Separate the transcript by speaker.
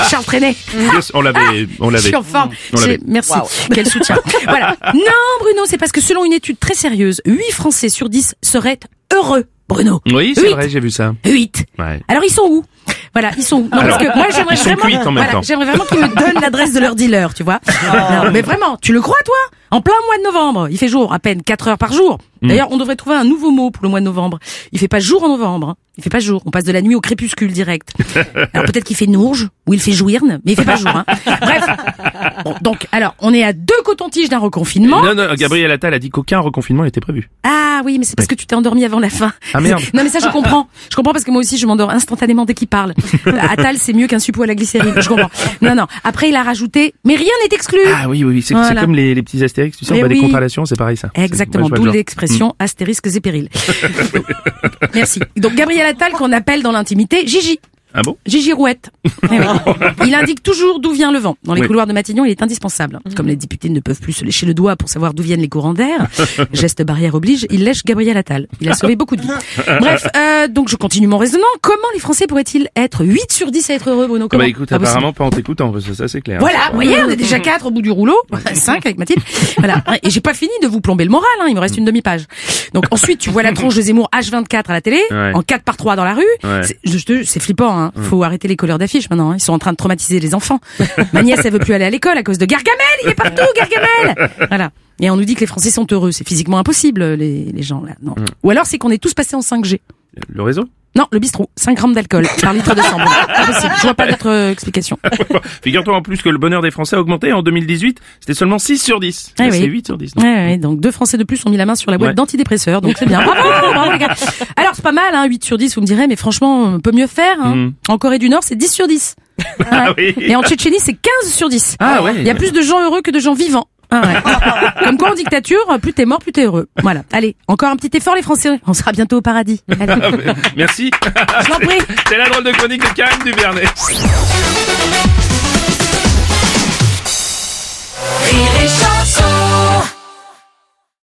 Speaker 1: Charles traîné
Speaker 2: Yes, on l'avait, on
Speaker 1: je
Speaker 2: l'avait.
Speaker 1: suis en forme.
Speaker 2: On
Speaker 1: J'ai-
Speaker 2: l'avait.
Speaker 1: Merci. Quel soutien. voilà. Non, Bruno, c'est parce que selon une étude très sérieuse, 8 Français sur 10 seraient heureux. Bruno.
Speaker 2: Oui, c'est
Speaker 1: Huit.
Speaker 2: vrai, j'ai vu ça.
Speaker 1: 8.
Speaker 2: Ouais.
Speaker 1: Alors, ils sont où Voilà, ils sont où Non,
Speaker 2: Alors,
Speaker 1: parce que moi, j'aimerais
Speaker 2: ils sont
Speaker 1: vraiment,
Speaker 2: cuits en même
Speaker 1: voilà,
Speaker 2: temps. Oh.
Speaker 1: j'aimerais vraiment qu'ils me donnent l'adresse de leur dealer, tu vois. Non, mais vraiment, tu le crois, toi En plein mois de novembre, il fait jour, à peine 4 heures par jour.
Speaker 2: Hmm.
Speaker 1: D'ailleurs, on devrait trouver un nouveau mot pour le mois de novembre. Il fait pas jour en novembre. hein. Il fait pas jour. On passe de la nuit au crépuscule direct. Alors peut-être qu'il fait nourge ou il fait jouirne, mais il fait pas jour. hein. Bref. Bon, donc, alors, on est à deux cotons-tiges d'un reconfinement.
Speaker 2: Non, non, Gabriel Attal a dit qu'aucun reconfinement n'était prévu.
Speaker 1: Ah oui, mais c'est parce que tu t'es endormi avant la fin.
Speaker 2: Ah, merde.
Speaker 1: non mais ça je comprends. Je comprends parce que moi aussi je m'endors instantanément dès qu'il parle. Attal c'est mieux qu'un suppôt à la glycérine. Je comprends. Non non. Après il a rajouté, mais rien n'est exclu.
Speaker 2: Ah oui, oui, oui, c'est c'est
Speaker 1: Voilà.
Speaker 2: comme les, les petits astérix, tu sais,
Speaker 1: Mais
Speaker 2: on bat des
Speaker 1: oui.
Speaker 2: contralations, c'est pareil ça. C'est-
Speaker 1: Exactement,
Speaker 2: ouais, Bah, je
Speaker 1: d'où
Speaker 2: vois le genre. Hmm.
Speaker 1: l'expression astérisques et périls. Donc, Merci. Donc Gabriel Attal qu'on appelle dans l'intimité Gigi.
Speaker 2: Ah bon
Speaker 1: Gigi Rouette. Eh oui. Il indique toujours d'où vient le vent. Dans les
Speaker 2: Oui.
Speaker 1: couloirs de Matignon, il est indispensable. Comme les députés ne peuvent plus se lécher le doigt pour savoir d'où viennent les courants d'air, geste barrière oblige, il lèche Gabriel Attal. Il a sauvé beaucoup de vies. Bref, euh, donc je continue mon raisonnement. Comment les Français pourraient-ils être 8 sur 10 à être heureux, Bruno
Speaker 2: Ah
Speaker 1: Comment
Speaker 2: bah écoute,
Speaker 1: Pas possible.
Speaker 2: apparemment pas en t'écoutant, ça, ça, c'est clair.
Speaker 1: Voilà, vous voyez, on est
Speaker 2: Mmh.
Speaker 1: déjà quatre au bout du rouleau, cinq avec Mathilde. Voilà, et j'ai pas fini de vous plomber le moral, hein, il me reste une demi-page. Donc ensuite, tu vois la tronche de Zemmour H24 à la télé,
Speaker 2: Ouais.
Speaker 1: en 4 par 3 dans la rue.
Speaker 2: Ouais. Mmh.
Speaker 1: C'est- je te- C'est flippant, hein. faut arrêter les couleurs d'affiches maintenant, hein. ils sont en train de traumatiser les enfants. Ma nièce, elle veut plus aller à l'école à cause de Gargamel, il est partout, Gargamel Voilà. Et on nous dit que les Français sont heureux, c'est physiquement impossible, les, les gens là.
Speaker 2: Mmh.
Speaker 1: Non. Ou alors c'est qu'on est tous passés en 5G.
Speaker 2: Le réseau
Speaker 1: Non, le bistrot, 5 grammes d'alcool par litre de sang. Bon, pas possible. Je vois pas d'autre euh, explication.
Speaker 2: Figure-toi en plus que le bonheur des Français a augmenté en 2018, c'était seulement 6 sur 10.
Speaker 1: Ah
Speaker 2: Là,
Speaker 1: oui.
Speaker 2: C'est 8 sur 10.
Speaker 1: Ouais, ouais, donc deux Français de plus ont mis la main sur la boîte
Speaker 2: Mm. Ouais.
Speaker 1: d'antidépresseurs, donc c'est bien. Bravo, bravo, les gars. Alors c'est pas mal, hein, 8 sur 10, vous me direz, mais franchement, on peut mieux faire. hein.
Speaker 2: Mm.
Speaker 1: En Corée du Nord, c'est 10 sur 10.
Speaker 2: Ah oui.
Speaker 1: Et en Tchétchénie, c'est 15 sur 10.
Speaker 2: Ah ouais.
Speaker 1: Il y a plus de gens heureux que de gens vivants. Ah ouais. Comme quoi en dictature, plus t'es mort, plus t'es heureux. Voilà. Allez, encore un petit effort les Français. On sera bientôt au
Speaker 2: Ah,
Speaker 1: paradis. Allez,
Speaker 2: Merci.
Speaker 1: je t'en prie.
Speaker 2: C'est la drôle de chronique de Karine Dubernay.